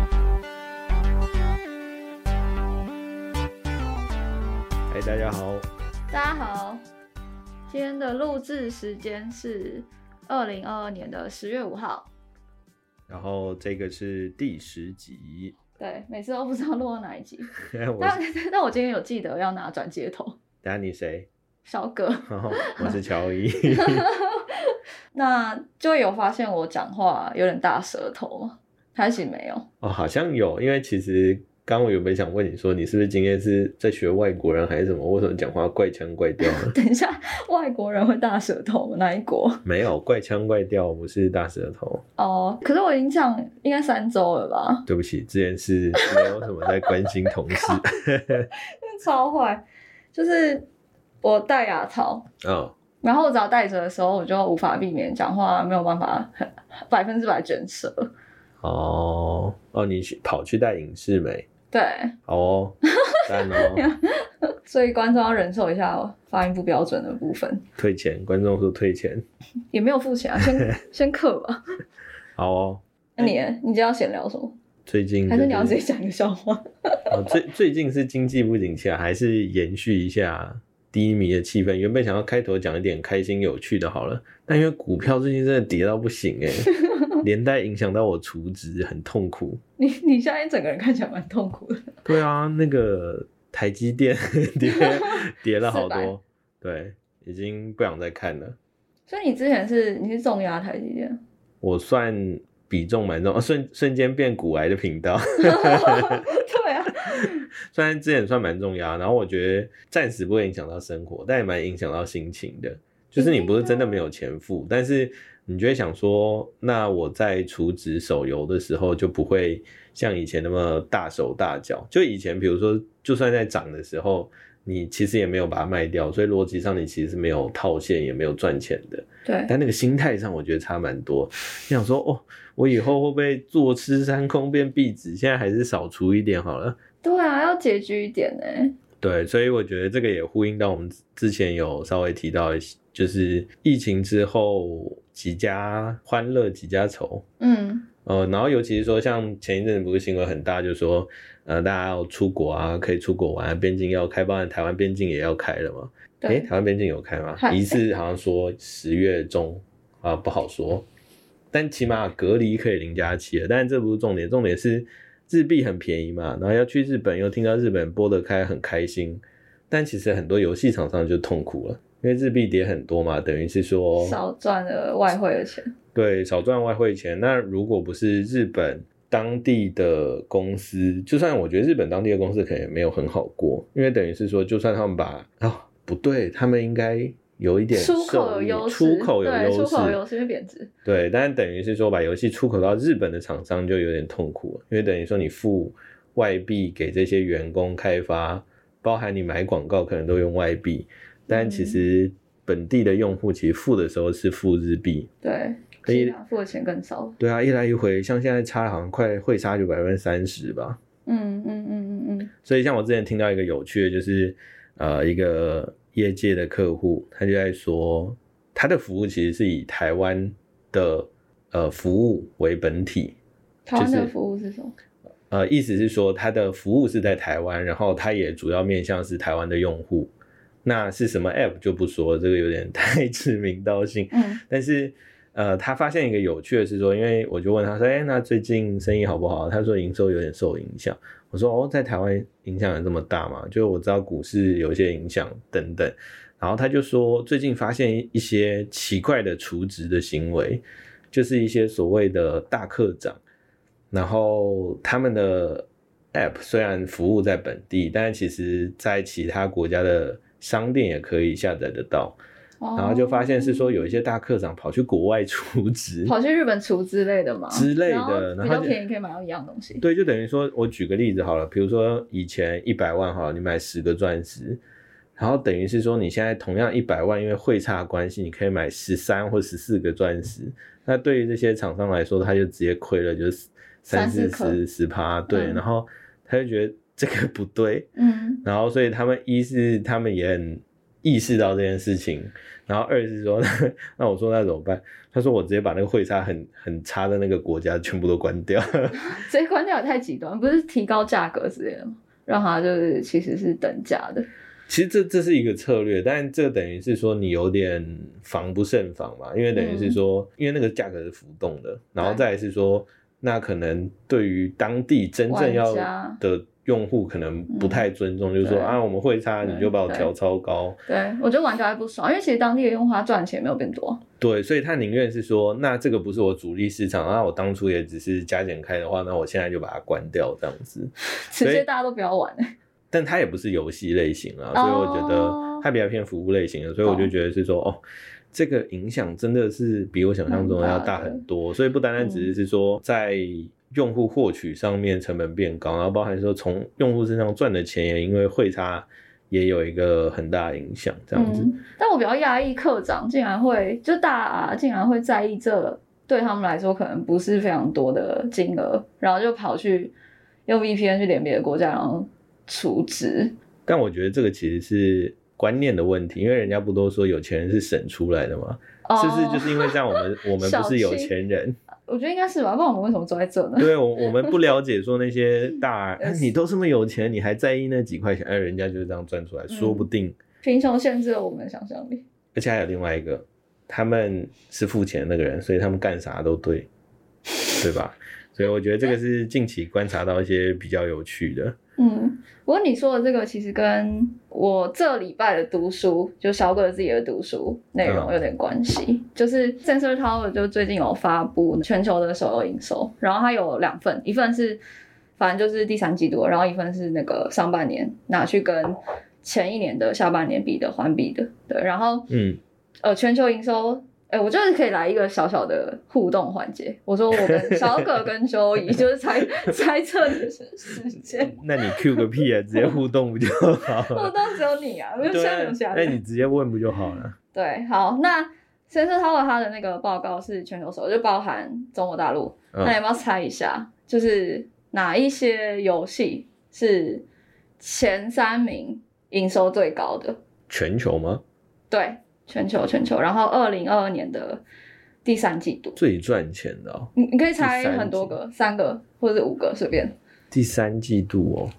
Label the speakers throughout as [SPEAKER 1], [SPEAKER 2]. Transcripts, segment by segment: [SPEAKER 1] 哎大家好，
[SPEAKER 2] 大家好，今天的录制时间是二零二二年的十月五号。
[SPEAKER 1] 然后这个是第十集，
[SPEAKER 2] 对，每次都不知道录到哪一集，
[SPEAKER 1] 我
[SPEAKER 2] 但
[SPEAKER 1] 是
[SPEAKER 2] 但我今天有记得要拿转接头，
[SPEAKER 1] 等下你谁？
[SPEAKER 2] 小哥。
[SPEAKER 1] 我是乔伊，
[SPEAKER 2] 那就有发现我讲话有点大舌头吗？开始没有，
[SPEAKER 1] 哦，好像有，因为其实刚我原本想问你说，你是不是今天是在学外国人还是什么？为什么讲话怪腔怪调呢？
[SPEAKER 2] 等一下外国人会大舌头吗？哪一国？
[SPEAKER 1] 没有，怪腔怪调不是大舌头，
[SPEAKER 2] 哦，可是我已经讲应该三周了吧？
[SPEAKER 1] 对不起，之前是没有什么在关心同事
[SPEAKER 2] 超坏，就是我戴牙套，
[SPEAKER 1] 哦，
[SPEAKER 2] 然后我只要戴着的时候，我就无法避免讲话没有办法 很百分之百卷舌。
[SPEAKER 1] 哦哦，你去跑去带影视没？
[SPEAKER 2] 对，
[SPEAKER 1] 好哦，赞 哦，
[SPEAKER 2] 所以观众要忍受一下我发音不标准的部分，
[SPEAKER 1] 退钱，观众说退钱，
[SPEAKER 2] 也没有付钱啊， 先先克吧。
[SPEAKER 1] 好哦。
[SPEAKER 2] 那你呢你今天要闲聊什么？
[SPEAKER 1] 最近、就
[SPEAKER 2] 还是你要直接讲个笑话？
[SPEAKER 1] 哦，最最近是经济不景气啊，还是延续一下低迷的气氛。原本想要开头讲一点开心有趣的，好了，但因为股票最近真的跌到不行哎、连带影响到我储值，很痛苦。
[SPEAKER 2] 你你现在整个人看起来蛮痛苦的。
[SPEAKER 1] 对啊，那个台积电 跌跌了好多，对，已经不想再看了。
[SPEAKER 2] 所以你之前是你是重压台 积电，
[SPEAKER 1] 我算比重蛮重，哦、瞬瞬间变股癌的频道。
[SPEAKER 2] 对啊，
[SPEAKER 1] 虽然之前算蛮重要，啊然后我觉得暂时不会影响到生活，但也蛮影响到心情的。就是你不是真的没有钱付，但是你就会想说，那我在储值手游的时候就不会像以前那么大手大脚。就以前比如说，就算在涨的时候，你其实也没有把它卖掉，所以逻辑上你其实是没有套现，也没有赚钱的。
[SPEAKER 2] 对，
[SPEAKER 1] 但那个心态上，我觉得差蛮多。你想说，哦，我以后会不会坐吃山空变壁纸？现在还是少除一点好了。
[SPEAKER 2] 对啊，要拮据一点呢、
[SPEAKER 1] 对，所以我觉得这个也呼应到我们之前有稍微提到一些，就是疫情之后几家欢乐几家愁，
[SPEAKER 2] 嗯，
[SPEAKER 1] 呃，然后尤其是说像前一阵子不是新闻很大，就说呃大家要出国啊，可以出国玩，边境要开，包含台湾边境也要开了嘛。诶，
[SPEAKER 2] 对，
[SPEAKER 1] 台湾边境有开吗？
[SPEAKER 2] 还
[SPEAKER 1] 疑似好像说十月中啊，不好说。但起码隔离可以零加七了，但是这不是重点，重点是日币很便宜嘛，然后要去日本又听到日本播得开很开心，但其实很多游戏厂商就痛苦了，因为日币跌很多嘛，等于是说
[SPEAKER 2] 少赚了外汇的钱，
[SPEAKER 1] 对，少赚外汇钱。那如果不是日本当地的公司，就算我觉得日本当地的公司可能也没有很好过，因为等于是说，就算他们把啊、不对，他们应该有一点
[SPEAKER 2] 出口有
[SPEAKER 1] 受益
[SPEAKER 2] 优势，
[SPEAKER 1] 出口有
[SPEAKER 2] 对，
[SPEAKER 1] 优
[SPEAKER 2] 出口有优
[SPEAKER 1] 势，
[SPEAKER 2] 势，因为贬值。
[SPEAKER 1] 对，但等于是说把游戏出口到日本的厂商就有点痛苦了，因为等于说你付外币给这些员工开发，包含你买广告可能都用外币，但其
[SPEAKER 2] 嗯
[SPEAKER 1] 实本地的用户其实付的时候是付日币，
[SPEAKER 2] 对，
[SPEAKER 1] 可以
[SPEAKER 2] 西塔付的钱更少。
[SPEAKER 1] 对啊，一来一回，像现在差好像快会差有百分之三十吧。
[SPEAKER 2] 嗯嗯嗯嗯嗯，
[SPEAKER 1] 所以像我之前听到一个有趣的，就是呃，一个业界的客户，他就在说，他的服务其实是以台湾的呃服务为本体，
[SPEAKER 2] 台湾
[SPEAKER 1] 就
[SPEAKER 2] 的
[SPEAKER 1] 是
[SPEAKER 2] 服务是什么？
[SPEAKER 1] 呃，意思是说它的服务是在台湾，然后它也主要面向是台湾的用户。那是什么 app 就不说了，这个有点 太指名道姓。
[SPEAKER 2] 嗯
[SPEAKER 1] 但是呃，他发现一个有趣的是说，因为我就问他说，哎、那最近生意好不好？他说营收有点受影响。我说哦，在台湾影响有这么大吗？就我知道股市有一些影响等等。然后他就说，最近发现一些奇怪的除职的行为，就是一些所谓的大课长，然后他们的 app 虽然服务在本地，但其实在其他国家的商店也可以下载得到。
[SPEAKER 2] 哦
[SPEAKER 1] 然后就发现是说有一些大课长跑去国外 出职
[SPEAKER 2] 哦，跑去日本厨之类的嘛
[SPEAKER 1] 之类的
[SPEAKER 2] 然后
[SPEAKER 1] 然后
[SPEAKER 2] 比较
[SPEAKER 1] 就
[SPEAKER 2] 便宜可以买到一样东西。
[SPEAKER 1] 对，就等于说我举个例子好了，比如说以前一百万好了，你买十个钻石，然后等于是说你现在同样一百万，因为汇差关系，你可以买十三或十四个钻石。那对于这些厂商来说，他就直接亏了，就是三四
[SPEAKER 2] 30颗
[SPEAKER 1] 十十趴，对，
[SPEAKER 2] 嗯
[SPEAKER 1] 然后他就觉得这个不对，
[SPEAKER 2] 嗯，
[SPEAKER 1] 然后所以他们一是他们也很意识到这件事情，然后二是说， 那我说那怎么办？他说我直接把那个汇差很很差的那个国家全部都关掉。
[SPEAKER 2] 直接关掉也太极端，不是提高价格之类的吗？让它就是其实是等价的。
[SPEAKER 1] 其实这这是一个策略，但这等于是说你有点防不胜防嘛，因为等于是说，因为那个价格是浮动的，然后
[SPEAKER 2] 嗯对
[SPEAKER 1] 再来是说，那可能对于当地真正要
[SPEAKER 2] 玩家
[SPEAKER 1] 的用户可能不太尊重，就是说
[SPEAKER 2] 嗯对
[SPEAKER 1] 啊，我们会差
[SPEAKER 2] 对
[SPEAKER 1] 你就把我
[SPEAKER 2] 对
[SPEAKER 1] 调超高，
[SPEAKER 2] 对我觉得玩家会不爽，因为其实当地的用户他赚钱没有变 多，啊
[SPEAKER 1] 对，所以他宁愿是说，那这个不是我主力市场，那我当初也只是加减开的话，那我现在就把它关掉这样子。
[SPEAKER 2] 直
[SPEAKER 1] 以
[SPEAKER 2] 接大家都不要玩、欸。
[SPEAKER 1] 但它也不是游戏类型啊，所以我觉得它比较偏服务类型的，所以我就觉得是说，哦，这个影响真的是比我想象中的要嗯大很多，所以不单单只是是说在用户获取上面成本变高，然后包含说从用户身上赚的钱也因为汇差也有一个很大的影响，这样子。
[SPEAKER 2] 嗯，但我比较讶异，课长竟然会，就大 R 竟然会在意这对他们来说可能不是非常多的金额，然后就跑去用 VPN 去连别的国家，然后储值。？
[SPEAKER 1] 但我觉得这个其实是观念的问题，因为人家不都说有钱人是省出来的嘛，是不是？就是是因为这样，我们我们不是有钱 人，
[SPEAKER 2] 哦我觉得应该是吧，不然我们为什么坐在这呢？
[SPEAKER 1] 对我我们不了解说那些大
[SPEAKER 2] 呃
[SPEAKER 1] 人、啊你都这么有钱，你还在意那几块钱？哎，人家就是这样赚出来，说
[SPEAKER 2] 嗯
[SPEAKER 1] 不定，
[SPEAKER 2] 贫穷限制了我们的想象力。
[SPEAKER 1] 而且还有另外一个，他们是付钱的那个人，所以他们干啥都对，对吧？所以我觉得这个是近期观察到一些比较有趣的。
[SPEAKER 2] 嗯，不过你说的这个其实跟我这礼拜的读书，就小哥自己的读书内容
[SPEAKER 1] 嗯
[SPEAKER 2] 有点关系。就是 Sensor Tower 就最近有发布全球的首游营收，然后它有两份，一份是反正就是第三季度，然后一份是那个上半年拿去跟前一年的下半年比的环比的，对，然后
[SPEAKER 1] 嗯，
[SPEAKER 2] 呃，全球营收，哎、我觉得可以来一个小小的互动环节。我说我跟小葛跟周怡就是猜 猜测你的时间，
[SPEAKER 1] 那你 Q 个屁啊，直接互动不就好
[SPEAKER 2] 互
[SPEAKER 1] 了？
[SPEAKER 2] 动只有你啊，没有其
[SPEAKER 1] 对
[SPEAKER 2] 他人
[SPEAKER 1] 啊
[SPEAKER 2] 有其他，
[SPEAKER 1] 那
[SPEAKER 2] 人。
[SPEAKER 1] 你直接问不就好了？
[SPEAKER 2] 对，好，那深圳超 r 他的那个报告是全球首，就包含中国大陆。
[SPEAKER 1] 嗯
[SPEAKER 2] 那你要不要猜一下，就是哪一些游戏是前三名营收最高的？
[SPEAKER 1] 全球吗？
[SPEAKER 2] 对，全球全球，然后二零二二年的第三季度。
[SPEAKER 1] 最赚钱的、哦、
[SPEAKER 2] 你你可以猜
[SPEAKER 1] 第三
[SPEAKER 2] 很多
[SPEAKER 1] 季
[SPEAKER 2] 个，三个或者是五个，随便。
[SPEAKER 1] 第三季度哦，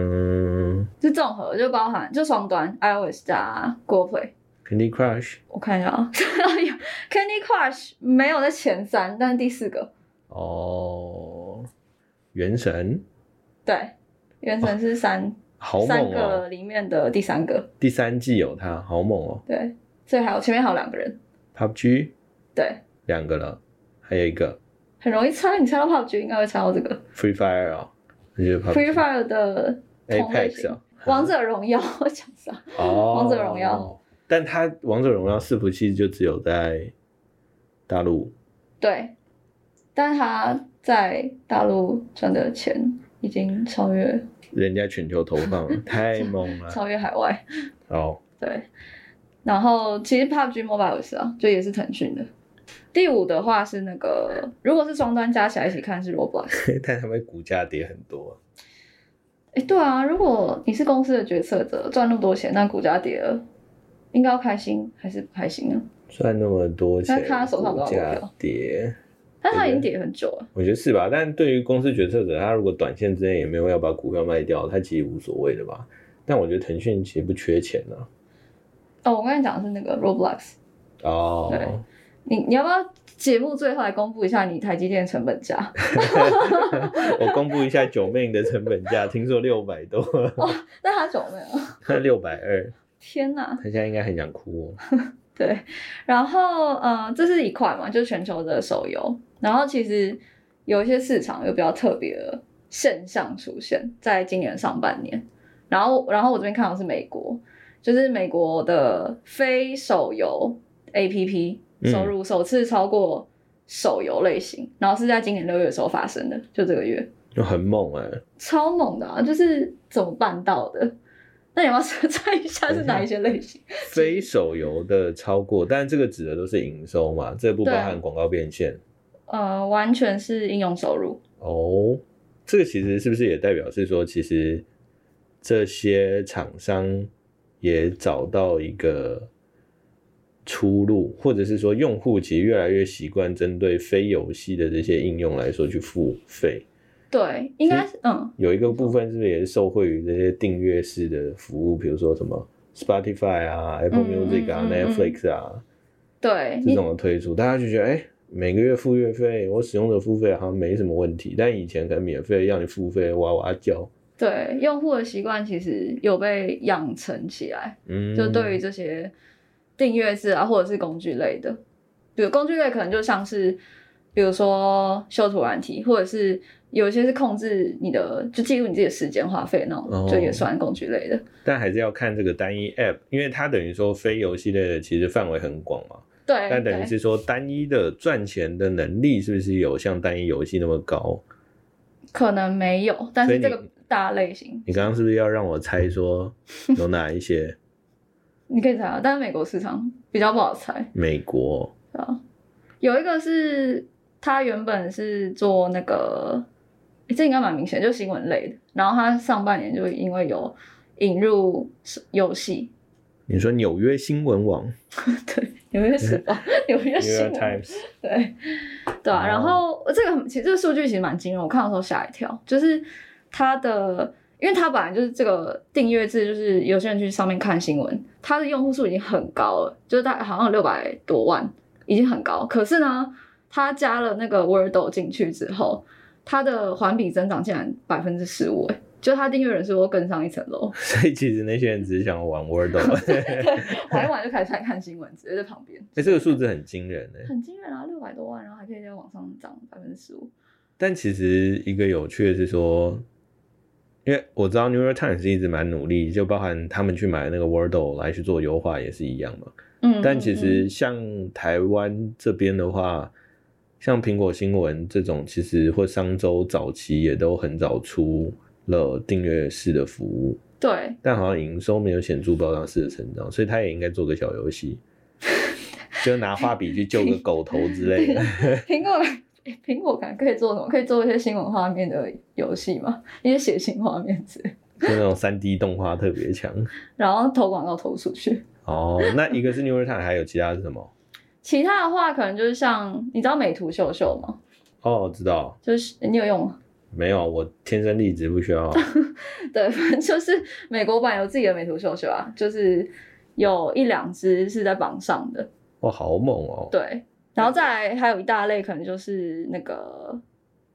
[SPEAKER 1] 嗯
[SPEAKER 2] 就综合就包含就双端 iOS 加 Google Play。
[SPEAKER 1] ，Candy Crush
[SPEAKER 2] 我看一下啊 哎呀，Candy Crush 没有在前三，但是第四个。
[SPEAKER 1] 哦，原神
[SPEAKER 2] 对，原神是三、
[SPEAKER 1] 哦好
[SPEAKER 2] 三
[SPEAKER 1] 猛
[SPEAKER 2] 个
[SPEAKER 1] 哦，
[SPEAKER 2] 里面的第三个。
[SPEAKER 1] 第三季有它，好猛哦
[SPEAKER 2] 对，所以还有前面还有两个人。
[SPEAKER 1] ，PUBG
[SPEAKER 2] 对，
[SPEAKER 1] 两个了，还有一个
[SPEAKER 2] 很容易猜，你猜到 PUBG 应该会猜到这个
[SPEAKER 1] Free Fire 哦，我觉得
[SPEAKER 2] Free
[SPEAKER 1] PUBG
[SPEAKER 2] Fire 的同类型
[SPEAKER 1] Apex 哦，
[SPEAKER 2] 王者荣耀，我讲啥？
[SPEAKER 1] 哦，
[SPEAKER 2] 王者荣耀，
[SPEAKER 1] 但它王者荣耀伺服器就只有在大陆，
[SPEAKER 2] 对，但他在大陆赚的钱已经超越
[SPEAKER 1] 人家全球投放 了，太猛了，
[SPEAKER 2] 超越海外，
[SPEAKER 1] 哦，
[SPEAKER 2] 对。然后其实 PUBG Mobile 也是啊，就也是腾讯的。第五的话是那个，如果是双端加起来一起看是 Roblox。
[SPEAKER 1] 但他们股价跌很多，
[SPEAKER 2] 哎，对啊，如果你是公司的决策者，赚那么多钱，那股价跌了，应该要开心还是不开心啊呢？
[SPEAKER 1] 赚那么多钱，
[SPEAKER 2] 那他手上有多少
[SPEAKER 1] 股
[SPEAKER 2] 股票
[SPEAKER 1] 价跌。
[SPEAKER 2] 但它已经跌很久了。
[SPEAKER 1] 我觉得是吧？但对于公司决策者，他如果短线之内也没有要把股票卖掉，他其实无所谓的吧。但我觉得腾讯其实不缺钱啊呐、
[SPEAKER 2] 哦，我刚才讲的是那个 Roblox。
[SPEAKER 1] 哦，
[SPEAKER 2] 你你要不要节目最后来公布一下你台积电成本价？
[SPEAKER 1] 我公布一下九妹的成本价，听说六百多，
[SPEAKER 2] 那他久没有？
[SPEAKER 1] 六百二，
[SPEAKER 2] 天哪
[SPEAKER 1] 他！现在应该很想哭、哦。
[SPEAKER 2] 对，然后呃，这是一块嘛，就是全球的手游。然后其实有一些市场有比较特别的现象出现在今年上半年。然后，然后我这边看到是美国，就是美国的非手游 APP
[SPEAKER 1] 嗯
[SPEAKER 2] 收入首次超过手游类型，然后是在今年六月的时候发生的，就这个月，
[SPEAKER 1] 就很猛 哎、
[SPEAKER 2] 超猛的啊！就是怎么办到的？ 那你要不要猜一下是哪一些类 型？
[SPEAKER 1] 非手游的超过，但这个指的都是营收嘛，这不包含广告变现
[SPEAKER 2] 呃，完全是应用收入。
[SPEAKER 1] 哦。这个其实是不是也代表是说，其实这些厂商也找到一个出路，或者是说用户其实越来越习惯针对非游戏的这些应用来说去付费，
[SPEAKER 2] 对，应该是嗯，
[SPEAKER 1] 有一个部分是不是也是受惠于这些订阅式的服务，比如说什么 Spotify 啊、Apple
[SPEAKER 2] 嗯嗯
[SPEAKER 1] Music 啊、
[SPEAKER 2] 嗯嗯
[SPEAKER 1] Netflix 啊
[SPEAKER 2] 对，
[SPEAKER 1] 这
[SPEAKER 2] 你
[SPEAKER 1] 种的推出，大家就觉得哎、每个月付月费，我使用的付费好像没什么问题，但以前可能免费让你付费哇哇叫，
[SPEAKER 2] 对用户的习惯其实有被养成起来，
[SPEAKER 1] 嗯，
[SPEAKER 2] 就对于这些订阅制啊，或者是工具类的，比如工具类可能就像是，比如说修图软体，或者是有一些是控制你的，就记录你自己的时间花费那种，
[SPEAKER 1] 哦
[SPEAKER 2] 就也算工具类的。
[SPEAKER 1] 但还是要看这个单一 App，因为它等于说非游戏类的其实范围很广嘛，
[SPEAKER 2] 对，
[SPEAKER 1] 但等于
[SPEAKER 2] 对
[SPEAKER 1] 是说单一的赚钱的能力是不是有像单一游戏那么高？
[SPEAKER 2] 可能没有，但
[SPEAKER 1] 所以
[SPEAKER 2] 是
[SPEAKER 1] 你
[SPEAKER 2] 这个大类型，
[SPEAKER 1] 你刚刚是不是要让我猜 说有哪一些
[SPEAKER 2] 你可以猜啊，但是美国市场比较不好猜，
[SPEAKER 1] 美国？
[SPEAKER 2] 对吧？有一个是他原本是做那个，诶这应该蛮明显，就新闻类的。然后他上半年就因为有引入游戏，
[SPEAKER 1] 你说纽约新闻网
[SPEAKER 2] 对，纽约时报，纽约新闻，对，对啊。
[SPEAKER 1] 哦
[SPEAKER 2] 然后这个很其实这个数据其实蛮惊人，我看到的时候吓一跳，就是它的，因为它本来就是这个订阅制，就是有些人去上面看新闻，它的用户数已经很高了，就是大概好像六百多万，已经很高。可是呢，它加了那个 Wordle 进去之后，它的环比增长竟然百分之十五，哎，就它订阅人数又更上一层 楼。
[SPEAKER 1] 所以其实那些人只是想玩 Wordle，
[SPEAKER 2] 对，玩一玩就开始在看新闻，直接在旁边。
[SPEAKER 1] 哎、这个数字很惊人哎、
[SPEAKER 2] 很惊人啊，六百多万，然后还可以在网上涨百分之十五。
[SPEAKER 1] 但其实一个有趣的是说，因为我知道 New York Times 一直蛮努力，就包含他们去买那个 Wordle 来去做优化也是一样嘛。
[SPEAKER 2] 嗯
[SPEAKER 1] 但其
[SPEAKER 2] 嗯
[SPEAKER 1] 实
[SPEAKER 2] 嗯
[SPEAKER 1] 像台湾这边的话，像苹果新闻这种，其实或商周早期也都很早出了订阅式的服务，
[SPEAKER 2] 对，
[SPEAKER 1] 但好像营收没有显著爆炸式的成长，所以它也应该做个小游戏，就拿画笔去救 个狗头之类的。
[SPEAKER 2] 苹果诶苹果感可以做什么？可以做一些新闻画面的游戏嘛，一些血腥画面之类，
[SPEAKER 1] 就那种三 D 动画特别强。
[SPEAKER 2] 然后投广告投出去。
[SPEAKER 1] 哦，那一个是 New York Times，还有其他是什么？
[SPEAKER 2] 其他的话，可能就是像你知道美图秀秀吗？
[SPEAKER 1] 哦，我知道，
[SPEAKER 2] 就是你有用吗？
[SPEAKER 1] 没有，我天生丽质不需要。
[SPEAKER 2] 对，反正就是美国版有自己的美图秀秀啊，就是有一两只是在榜上的，
[SPEAKER 1] 哇，好猛哦！
[SPEAKER 2] 对，然后再来还有一大类可能就是那个，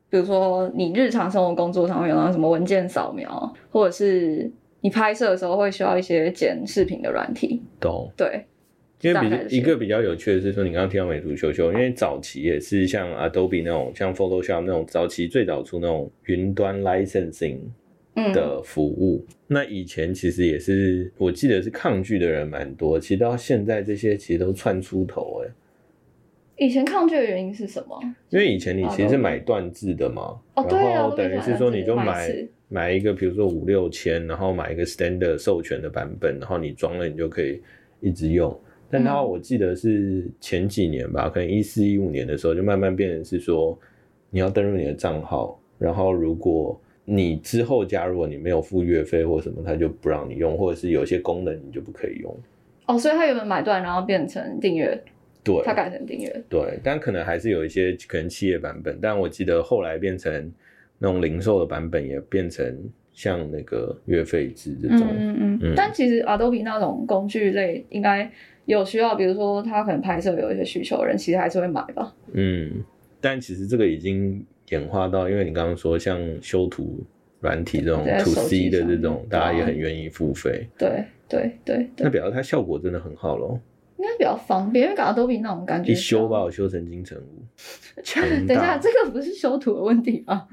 [SPEAKER 2] 比如说你日常生活工作上会用到什么文件扫描，或者是你拍摄的时候会需要一些剪视频的软体，
[SPEAKER 1] 懂。
[SPEAKER 2] 对，
[SPEAKER 1] 因为
[SPEAKER 2] 大
[SPEAKER 1] 比
[SPEAKER 2] 概
[SPEAKER 1] 较
[SPEAKER 2] 是这
[SPEAKER 1] 一
[SPEAKER 2] 样
[SPEAKER 1] 个比较有趣的是说，你刚刚提到美图秀秀，因为早期也是像 Adobe 那种，像 Photoshop 那种早期最早出那种云端 licensing
[SPEAKER 2] 嗯，
[SPEAKER 1] 的服务。那以前其实也是，我记得是抗拒的人蛮多，其实到现在这些其实都窜出头哎、
[SPEAKER 2] 以前抗拒的原因是什么？
[SPEAKER 1] 因为以前你其实是
[SPEAKER 2] Adobe
[SPEAKER 1] 买断制的嘛，
[SPEAKER 2] 哦对啊
[SPEAKER 1] 然后
[SPEAKER 2] 我
[SPEAKER 1] 等
[SPEAKER 2] 跟你
[SPEAKER 1] 于
[SPEAKER 2] 讲
[SPEAKER 1] 是说你就
[SPEAKER 2] 买
[SPEAKER 1] 买
[SPEAKER 2] 一次
[SPEAKER 1] 买一个，比如说五六千，然后买一个 standard 授权的版本，然后你装了你就可以一直用。但它
[SPEAKER 2] 嗯
[SPEAKER 1] 我记得是前几年吧，可能一四一五年的时候就慢慢变成是说你要登入你的账号，然后如果你之后加入了你没有付月费或什么，它就不让你用，或者是有些功能你就不可以用。
[SPEAKER 2] 哦，所以他原本买断，然后变成订阅，
[SPEAKER 1] 对，
[SPEAKER 2] 他改成订阅，
[SPEAKER 1] 对，但可能还是有一些可能企业版本，但我记得后来变成那种零售的版本，也变成像那个月费制这
[SPEAKER 2] 嗯
[SPEAKER 1] 种。
[SPEAKER 2] 嗯嗯。
[SPEAKER 1] 嗯
[SPEAKER 2] 但其实 Adobe 那种工具类应该有需要，比如说他可能拍摄有一些需求的人，其实还是会买吧。
[SPEAKER 1] 嗯，但其实这个已经演化到，因为你刚刚说像修图软体这种
[SPEAKER 2] 对在
[SPEAKER 1] to
[SPEAKER 2] 手机
[SPEAKER 1] C 的这种
[SPEAKER 2] 上，
[SPEAKER 1] 大家也
[SPEAKER 2] 对啊
[SPEAKER 1] 很愿意付费，
[SPEAKER 2] 对对对对
[SPEAKER 1] 那，表示它效果真的很好咯，
[SPEAKER 2] 应该比较方便，因为感觉 Adobe 那种感觉啊
[SPEAKER 1] 一
[SPEAKER 2] 比较
[SPEAKER 1] 修把我修成金城武，强
[SPEAKER 2] 等一
[SPEAKER 1] 大
[SPEAKER 2] 下，这个不是修图的问题 吧？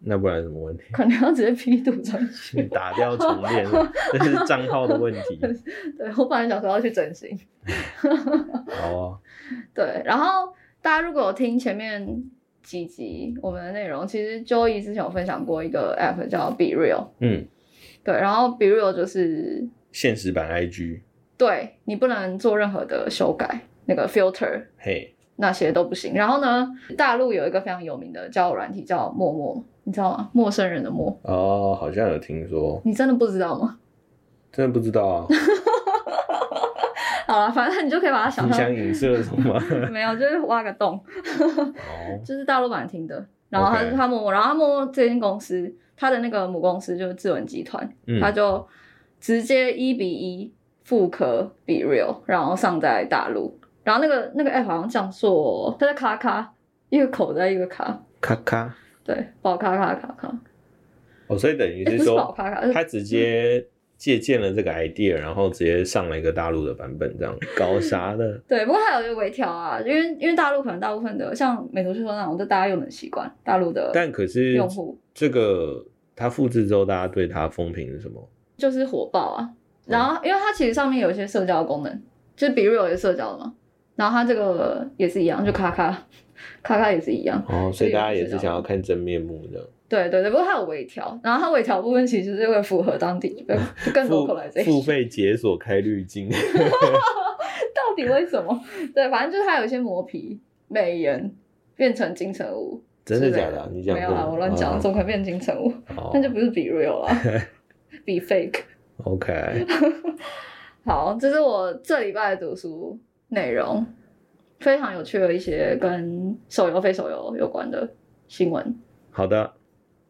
[SPEAKER 1] 那不然有什么问题？
[SPEAKER 2] 可能要直接 P 图上
[SPEAKER 1] 你
[SPEAKER 2] 去。
[SPEAKER 1] 打掉重练，这是账号的问 题。
[SPEAKER 2] 对我本来想说要去整形，
[SPEAKER 1] 好啊，
[SPEAKER 2] 对。然后大家如果有听前面几集我们的内容，其实 Joey 之前有分享过一个 app 叫 Be Real，
[SPEAKER 1] 嗯，
[SPEAKER 2] 对。然后 Be Real 就是
[SPEAKER 1] 现实版 IG，
[SPEAKER 2] 对你不能做任何的修改，那个 filter
[SPEAKER 1] 嘿，
[SPEAKER 2] 那些都不行。然后呢，大陆有一个非常有名的交友软体叫陌陌，你知道吗？陌生人的陌，
[SPEAKER 1] 哦，好像有听说，
[SPEAKER 2] 你真的不知道吗？
[SPEAKER 1] 真的不知道啊，
[SPEAKER 2] 好了，反正你就可以把它想
[SPEAKER 1] 你
[SPEAKER 2] 象
[SPEAKER 1] 想影射什么？
[SPEAKER 2] 没有，就是挖个洞，
[SPEAKER 1] 哦，
[SPEAKER 2] 就是大陆版听的。然后他
[SPEAKER 1] OK
[SPEAKER 2] 他默默，然后他默默这间公司，他的那个母公司就是智文集团，
[SPEAKER 1] 嗯
[SPEAKER 2] 他就直接一比一复刻 Be Real，然后上在大陆，然后那个那个 app 好像叫做它叫卡卡，一个口袋一个卡，
[SPEAKER 1] 咔咔
[SPEAKER 2] 对，宝卡卡卡卡，
[SPEAKER 1] 哦，所以等于
[SPEAKER 2] 哎诶不
[SPEAKER 1] 是
[SPEAKER 2] 是宝
[SPEAKER 1] 说
[SPEAKER 2] 卡卡，是
[SPEAKER 1] 他直接借鉴了这个 idea，然后直接上了一个大陆的版本，这样搞啥的？
[SPEAKER 2] 对，不过还有一个微调啊，因为因为大陆可能大部分的像美图秀秀那种，就大家用的很习惯，大陆的
[SPEAKER 1] 但可是
[SPEAKER 2] 呃用户
[SPEAKER 1] 这个他复制之后，大家对他风评是什么？
[SPEAKER 2] 就是火爆啊。然后因为它其实上面有一些社交功能，就是比如有些社交的嘛，然后它这个也是一样，就咔咔咔咔也是一样。
[SPEAKER 1] 哦，所以大家也
[SPEAKER 2] 这个
[SPEAKER 1] 是
[SPEAKER 2] 不知道
[SPEAKER 1] 想要看真面目的。
[SPEAKER 2] 对对对，不过它有微调，然后它微调部分其实是会符合当地的更
[SPEAKER 1] 付
[SPEAKER 2] localization。
[SPEAKER 1] 付费解锁开滤镜，
[SPEAKER 2] 到底为什么？ 对，反正就是它有一些磨皮、美颜变成金城武之
[SPEAKER 1] 真
[SPEAKER 2] 类。
[SPEAKER 1] 的假的啊？你哦讲
[SPEAKER 2] 没有啦，我乱讲，怎么可能变金城武？那就不是比 real 啦， 比 fake。
[SPEAKER 1] OK。
[SPEAKER 2] 好，这是我这礼拜的读书内容，非常有趣的一些跟手游、非手游有关的新闻。
[SPEAKER 1] 好的，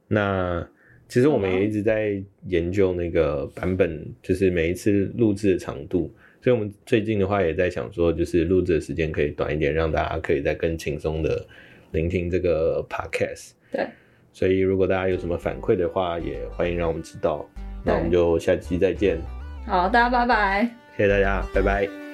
[SPEAKER 1] 那其实我们
[SPEAKER 2] 好吗
[SPEAKER 1] 也一直在研究那个版本，就是每一次录制的长度。所以，我们最近的话也在想说，就是录制的时间可以短一点，让大家可以再更轻松的聆听这个 podcast。
[SPEAKER 2] 对，
[SPEAKER 1] 所以如果大家有什么反馈的话，也欢迎让我们知道。那我们
[SPEAKER 2] 对
[SPEAKER 1] 就下期再见，
[SPEAKER 2] 好，大家拜拜。
[SPEAKER 1] 谢谢大家，拜拜。